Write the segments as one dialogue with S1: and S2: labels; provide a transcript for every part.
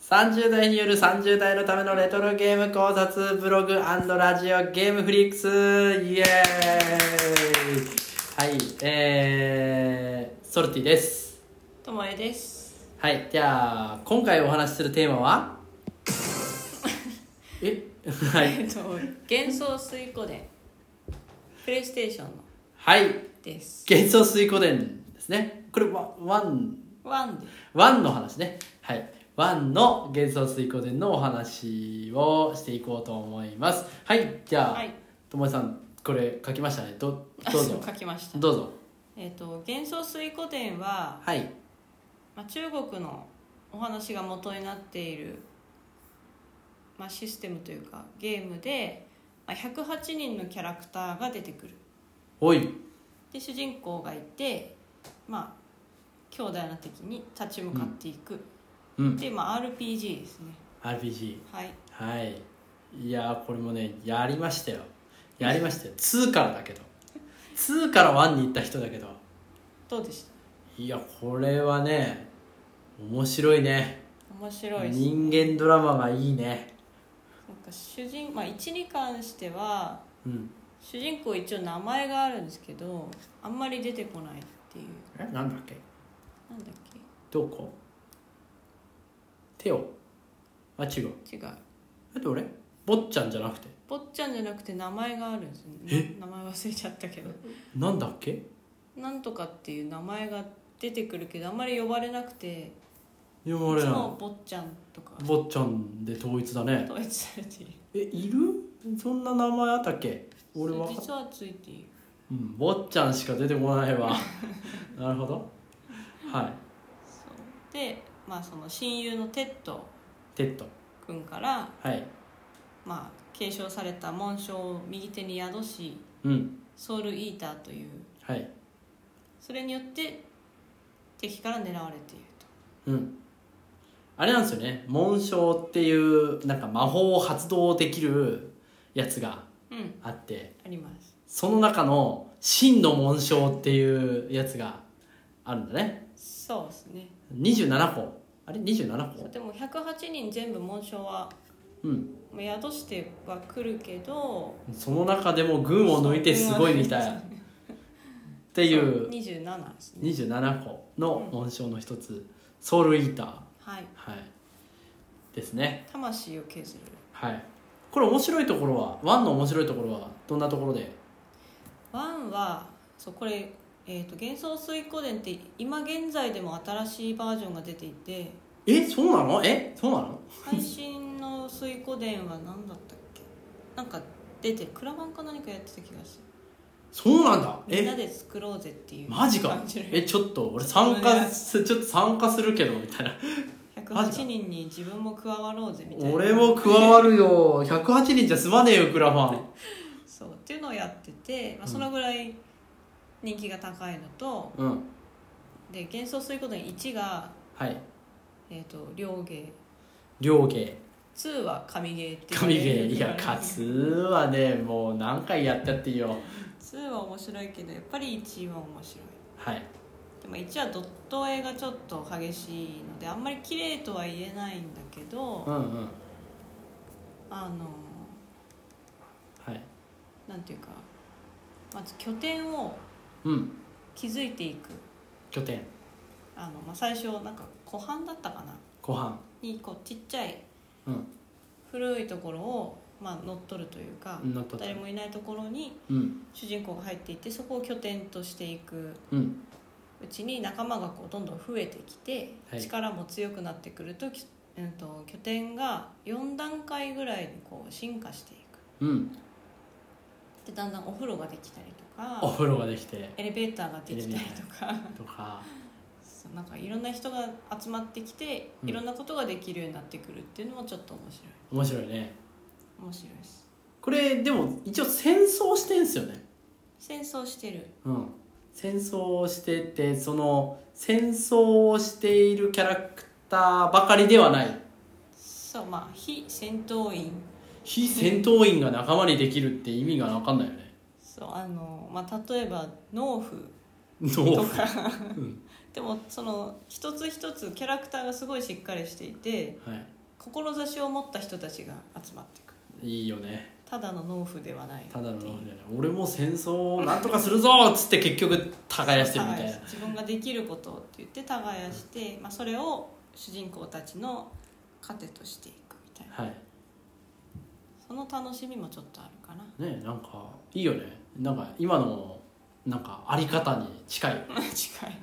S1: 30代による30代のためのレトロゲーム考察ブログラジオゲームフリックスイエーイはいえー、ソルティです
S2: ともえです
S1: はいじゃあ今回お話しするテーマはえは
S2: え
S1: い
S2: っと幻想水湖伝プレイステーションの
S1: はい
S2: です
S1: 幻想水湖伝ですねこれワワン
S2: ワンで
S1: ワンの話ね。はい。ワンの幻想水光伝のお話をしていこうと思います。はい。じゃあ、
S2: はい
S1: ともえさん、これ書きましたね。ど
S2: あ
S1: どう
S2: そ
S1: ぞ
S2: う。書きました
S1: どうぞ。
S2: えっと幻想水湖伝は、
S1: はい。
S2: まあ、中国のお話が元になっている、まあ、システムというかゲームで、まあ、108人のキャラクターが出てくる
S1: おい。
S2: で主人公がいてまあ兄弟の敵に立ち向かっていく、
S1: うん。
S2: で、まあ、RPG ですね
S1: RPG。
S2: はい
S1: はい。いやー、これもね、やりましたよ。やりま したよ。2からだけど。2から1に行った人だけど。
S2: どうでした
S1: いや、これはね、面白いね。
S2: 面白いです
S1: 人間ドラマがいいね。
S2: なんか主人、まあ、1に関しては
S1: うん。
S2: 主人公一応名前があるんですけどあんまり出てこないっていう
S1: え、なんだっけ
S2: なんだっ
S1: どこ手をあ違う
S2: け違う
S1: だって俺坊っちゃんじゃなくて
S2: 坊っちゃんじゃなくて名前があるんですよね名前忘れちゃったけど
S1: なんだっけ
S2: なんとかっていう名前が出てくるけどあんまり呼ばれなくて
S1: いや
S2: い
S1: 俺
S2: つ
S1: な
S2: も坊っちゃんとか
S1: 坊っちゃんで統一だね
S2: 統一されている
S1: えいるそんな名前あったっけ俺は
S2: 実はついている
S1: うん坊っちゃんしか出てこない わなるほどはい
S2: そうでまあその親友のテッド
S1: テッド
S2: 君から、
S1: はい
S2: まあ、継承された紋章を右手に宿し
S1: うん
S2: ソウルイーターという
S1: はい
S2: それによって敵から狙われていると
S1: うんあれなんですよね紋章っていうなんか魔法を発動できるやつが
S2: うん
S1: あって
S2: あります
S1: その中の真の紋章っていうやつがあるんだね。
S2: そうですね
S1: 27個。あれ ?27
S2: そう
S1: 個
S2: でも108人全部紋章は
S1: うん。
S2: まあ宿しては来るけど
S1: その中でも群を抜いてすごいみたい。っていう
S2: 27ですね
S1: 27個の紋章の一つ。ソウルイーター。
S2: はい
S1: はい。ですね。
S2: 魂を削る
S1: はい。これ面白いところは、ワンの面白いところは、どんなところで
S2: ワンはそうこれ、えー、と幻想水湖伝って今現在でも新しいバージョンが出てい て
S1: え、そうなのえ、そうなの
S2: 最新の水湖伝は何だったっけなんか出てクラバンか何かやってた気がする
S1: そうなんだ。
S2: みん
S1: え、
S2: なで作ろうぜっていう
S1: マジか
S2: 感じ。で
S1: え、ちょっと俺参加す、ちょっと参加するけど、みたいな。マジ
S2: 108人に自分も加わろうぜみたいな
S1: 俺も加わるよ108人じゃ済まねえよクラファン
S2: そうっていうのをやってて、まあ、
S1: うん
S2: そのぐらい人気が高いのと、
S1: うん
S2: で幻想水湖伝1が、
S1: はい
S2: えー、と両芸
S1: 両芸
S2: 2は神芸っていう
S1: 神 芸いや勝つはねもう何回やったっていいよ
S2: 2は面白いけどやっぱり1は面白い
S1: はい
S2: でも1はドット絵がちょっと激しいのであんまり綺麗とは言えないんだけど、
S1: うんうん
S2: あの
S1: はい
S2: なんていうかまず拠点を
S1: うん
S2: 築いていく
S1: 拠点
S2: あの、まあ、最初なんか湖畔だったかな
S1: ご飯
S2: にこうちっちゃい
S1: うん
S2: 古いところを、まあ、乗っ取るというか、
S1: 乗っ取っ
S2: 誰もいないところに
S1: うん
S2: 主人公が入っていってそこを拠点としていく
S1: うん
S2: うちに仲間がこうどんどん増えてきて、
S1: はい
S2: 力も強くなってくると,、うん、と拠点が4段階ぐらいにこう進化してい
S1: うん
S2: くでだんだんお風呂ができたりと
S1: お
S2: か
S1: 風呂ができて
S2: エレベーターができたりとか
S1: とか
S2: そうなんかいろんな人が集まってきて
S1: うん
S2: いろんなことができるようになってくるっていうのもちょっと面白い
S1: 面白いね
S2: 面白いです
S1: これでも一応戦争してんすよね
S2: 戦争してる
S1: うん戦争をしててその戦争をしているキャラクターばかりではない
S2: そうまあ非戦闘員
S1: 非戦闘員が仲間にできるって意味が分かんないよ ね
S2: そうあの、まあ、例えば農夫
S1: ノ
S2: と
S1: ー
S2: かでもその一つ一つキャラクターがすごいしっかりしていて
S1: はい
S2: 志を持った人たちが集まってくる
S1: いいよね
S2: ただの農夫ではない
S1: ただの
S2: っていう
S1: 俺も戦争をなんとかするぞっつって結局耕してるみたいな
S2: 自分ができることって言って耕して、まあ、それを主人公たちの糧としていくみたいな
S1: はい
S2: その楽しみもちょっとあるか な
S1: ねなんかいいよねなんか今のなんかあり方に近い、はい
S2: 近い確かに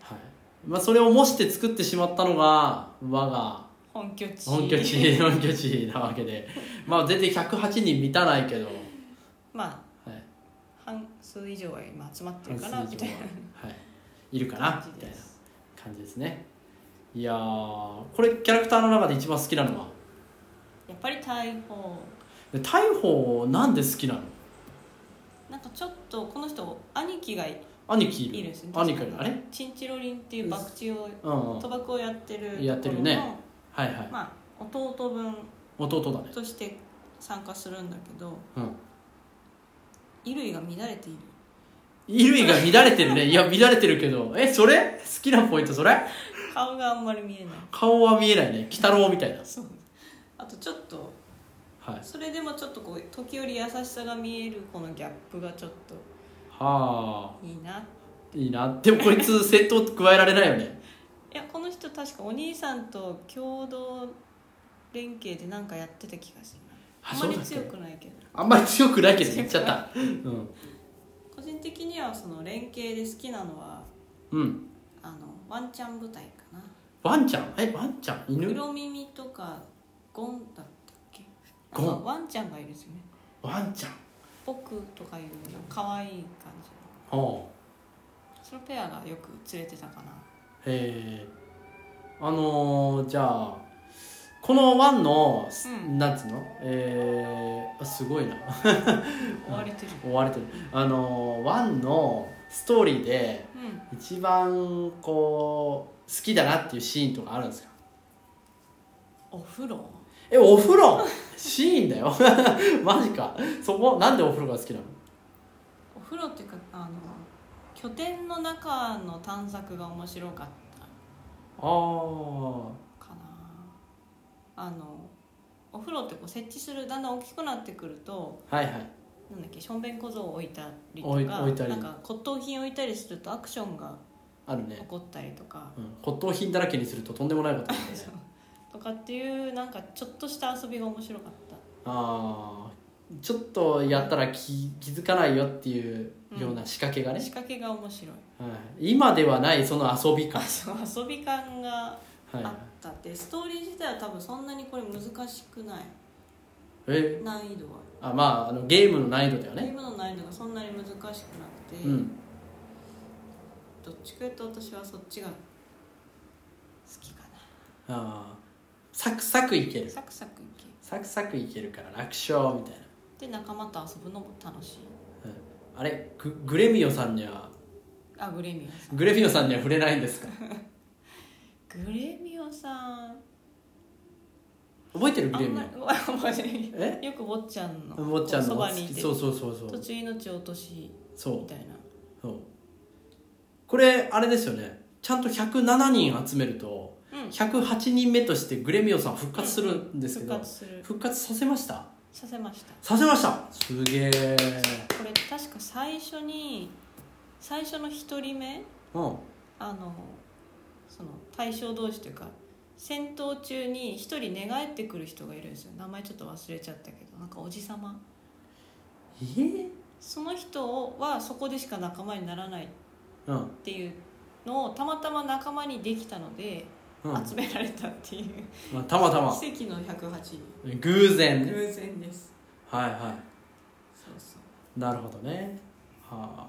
S1: はいまあ、それを模して作ってしまったのが我が
S2: 本拠地
S1: 本拠地本拠地なわけでまあ全然108人満たないけど、はい、
S2: まあ、半数以上は今集まってるかな
S1: 半数
S2: み
S1: 以
S2: た
S1: 上
S2: い
S1: は
S2: な
S1: はい、いるかな
S2: 感
S1: み
S2: じ
S1: たい
S2: で
S1: な
S2: す
S1: 感じですねいやーこれキャラクターの中で一番好きなのは
S2: やっぱり大砲
S1: で大鵬なんで好きなの
S2: なんかちょっとこの人兄貴がい
S1: 兄貴いる
S2: いるんですね
S1: 兄貴いるあれ
S2: チンチロリンっていう博打を
S1: うん、うん、はい
S2: 賭博をやってる
S1: やってるね
S2: とこ
S1: はい
S2: ろのまあ弟分
S1: 弟だね
S2: として参加するんだけど
S1: うん
S2: 衣類が乱れている
S1: 衣類が乱れてるねいや乱れてるけどえそれ好きなポイントそれ
S2: 顔があんまり見えない
S1: 顔は見えないね鬼太郎みたいな
S2: そうあとちょっと
S1: はい
S2: それでもちょっとこう時折優しさが見えるこのギャップがちょっと
S1: はい
S2: いな
S1: あいいなでもこいつ戦闘加えられないよね
S2: いやこの人確かお兄さんと共同連携で何かやってた気がする
S1: あ
S2: あんまり
S1: そうだっけ
S2: 強くないけど
S1: あんまり強くないけど言っちゃ ったうん、
S2: 個人的にはその連携で好きなのは
S1: うん、
S2: あのワンちゃん舞台かな
S1: ワンちゃんえワンちゃん犬
S2: 黒耳とかゴンだったっけ
S1: ゴン
S2: なんかワンちゃんがいるんですよね
S1: ワンちゃん
S2: 僕とかいうの可愛い感じ
S1: ほ
S2: のそのペアがよく連れてたかな
S1: うへえあのー、じゃあこのワンの、
S2: う
S1: なんつうのえー、あすごいな
S2: 追われてる
S1: 追われてるあのー、ワンのストーリーで
S2: うん
S1: 一番こう好きだなっていうシーンとかあるんですか
S2: お風呂
S1: えお風呂シーンだよ マジかそこなんでお風呂が好きなの
S2: お風呂っていうかあの拠点の中の探索が面白かった
S1: あ
S2: かなあのお風呂ってこう設置するだんだん大きくなってくると
S1: あはいはい
S2: なんだっけしょんべん小僧を置いたりとか
S1: 置い置いたり
S2: なんか骨董品を置いたりするとアクションが
S1: あるね
S2: 起こったりとか、
S1: うん骨董品だらけにするととんでもないことになるね
S2: とかっていうなんかちょっとした遊びが面白かった
S1: あーちょっとやったら気気づかないよっていうような仕掛けが
S2: 仕
S1: ね、
S2: 掛けが面白い
S1: はい、今ではないその遊び感、
S2: そう遊び感が
S1: はい
S2: あったって、ストーリー自体は多分そんなにこれ難しくない
S1: え
S2: 難易度は
S1: あまああのゲームの難易度だよ
S2: ゲー
S1: ね
S2: ムの難易度がそんなに難しくなくて、
S1: うん
S2: どっちかというと私はそっちが好きか
S1: あーサクサクいけ
S2: な
S1: る
S2: サクサクいけ
S1: サクサクいけるから楽勝みたいな、
S2: で仲間と遊ぶのも楽しい
S1: うん、あれググレミオさんには
S2: あグレミオさん
S1: グレミオさんには触れないんですか
S2: グレミオさん
S1: 覚えてるグ
S2: あ
S1: レ
S2: ん
S1: ミ
S2: まりごめんご
S1: え
S2: めんよく坊ちゃんの
S1: オ坊ちゃんの
S2: そ
S1: 好
S2: ばにい
S1: き
S2: て
S1: そうそうそうそ
S2: 途
S1: う
S2: 中命落とし
S1: そう
S2: みたいな
S1: そうこれあれですよねちゃんと107人集めると
S2: うん
S1: 108人目としてグレミオさん復活するんですけど
S2: 復活する
S1: 復活させました
S2: させました
S1: させましたすげえ
S2: これ確か最初に最初の一人目
S1: うん
S2: あのその対象同士というか戦闘中に一人寝返ってくる人がいるんですよ名前ちょっと忘れちゃったけどなんかおじさま
S1: えー
S2: その人はそこでしか仲間にならないっ
S1: うん
S2: ていうのをたまたま仲間にできたので、
S1: うんま
S2: 集められたっていう
S1: あ、たまたま
S2: 奇跡の108人
S1: 偶然ね
S2: 偶然です
S1: はいは
S2: そうそう
S1: いなるほどねはあ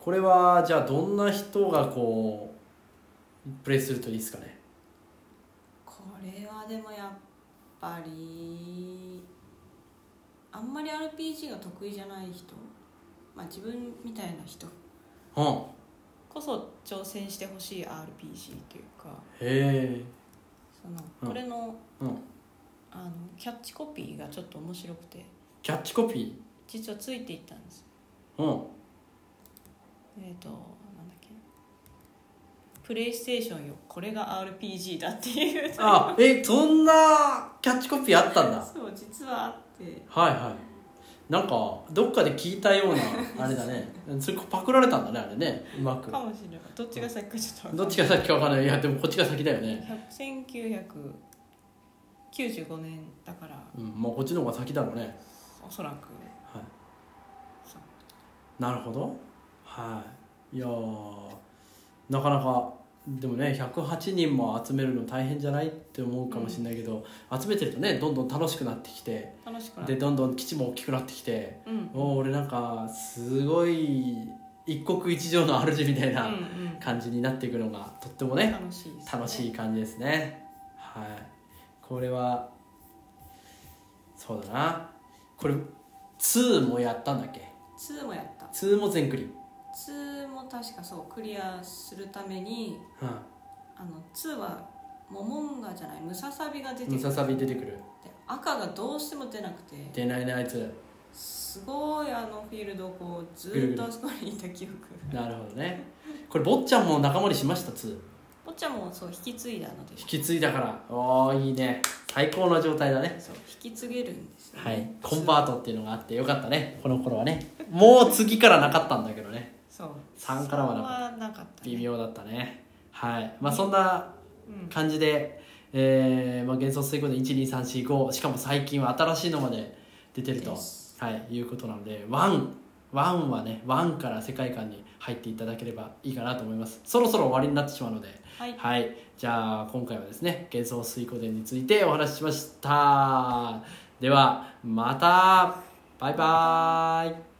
S1: これはじゃあどんな人がこうプレイするといいですかね
S2: これはでもやっぱりあんまり RPG が得意じゃない人まあ自分みたいな人
S1: うんへ
S2: こそ挑戦してほしい RPG というか
S1: え
S2: その
S1: うん
S2: これの,、
S1: うん
S2: あのキャッチコピーがちょっと面白くて
S1: キャッチコピ
S2: 実はついていったんです
S1: ーうん
S2: えっ、となんだっけプレイステーションよこれが RPG だっていう
S1: あえそんなキャッチコピーあったんだは
S2: そう実はあって
S1: いはいなんかどっかで聞いたようなあれだねそれパクられたんだねあれねうまく
S2: かもしれないどっちが先かちょっと分かん
S1: ど
S2: な
S1: っ
S2: い
S1: ちが先かわかんないいやでもこっちが先だよね
S2: 1995年だから
S1: うんまあこっちの方が先だろうね
S2: おそらく
S1: はい
S2: そう
S1: なるほどはいいやーなかなかでもね108人も集めるの大変じゃないって思うかもしれないけど、集めてるとねどんどん楽しくなってきて
S2: 楽しくな
S1: で
S2: い
S1: どんどん基地も大きくなってきて
S2: うんうん
S1: もう俺なんかすごい一国一城の主みたいな
S2: うん
S1: 感じになっていくのがとってもね
S2: 楽しいですね
S1: 楽しい感じですねはいこれはそうだなこれ2もやったんだっけ
S2: 2もやった
S1: 2も全クリ
S2: 2も確かそうクリアするために
S1: うん
S2: あの2はモモンガじゃないムササビが出て
S1: ム
S2: きて
S1: ササビ出てくる
S2: 赤がどうしても出なくて
S1: 出ないねあいつ
S2: すごいあのフィールドをこうず
S1: ぐる
S2: ー
S1: ぐる
S2: っとあそこにいた記憶
S1: なるほどねこれ坊ちゃんも仲間にしました2
S2: ぼっちゃんもそう引き継いだので
S1: 引き継いだからおーいいね最高の状態だね
S2: そう引き継げるんですよね
S1: はいコンバートっていうのがあってよかったねこの頃はねもう次からなかったんだけどね
S2: そう
S1: 3からはなかっ
S2: はなか
S1: た
S2: った、ね、
S1: 微妙だったねはいまあそんな
S2: うん
S1: 感じで、えーまあ、幻想水庫で12345しかも最近は新しいのまで出てると
S2: で、す
S1: はい、いうことなのでワンワンはねワンから世界観に入っていただければいいかなと思いますそろそろ終わりになってしまうので
S2: はい
S1: はいじゃあ今回はですね幻想水湖伝についてお話ししましたではまたバイバーイ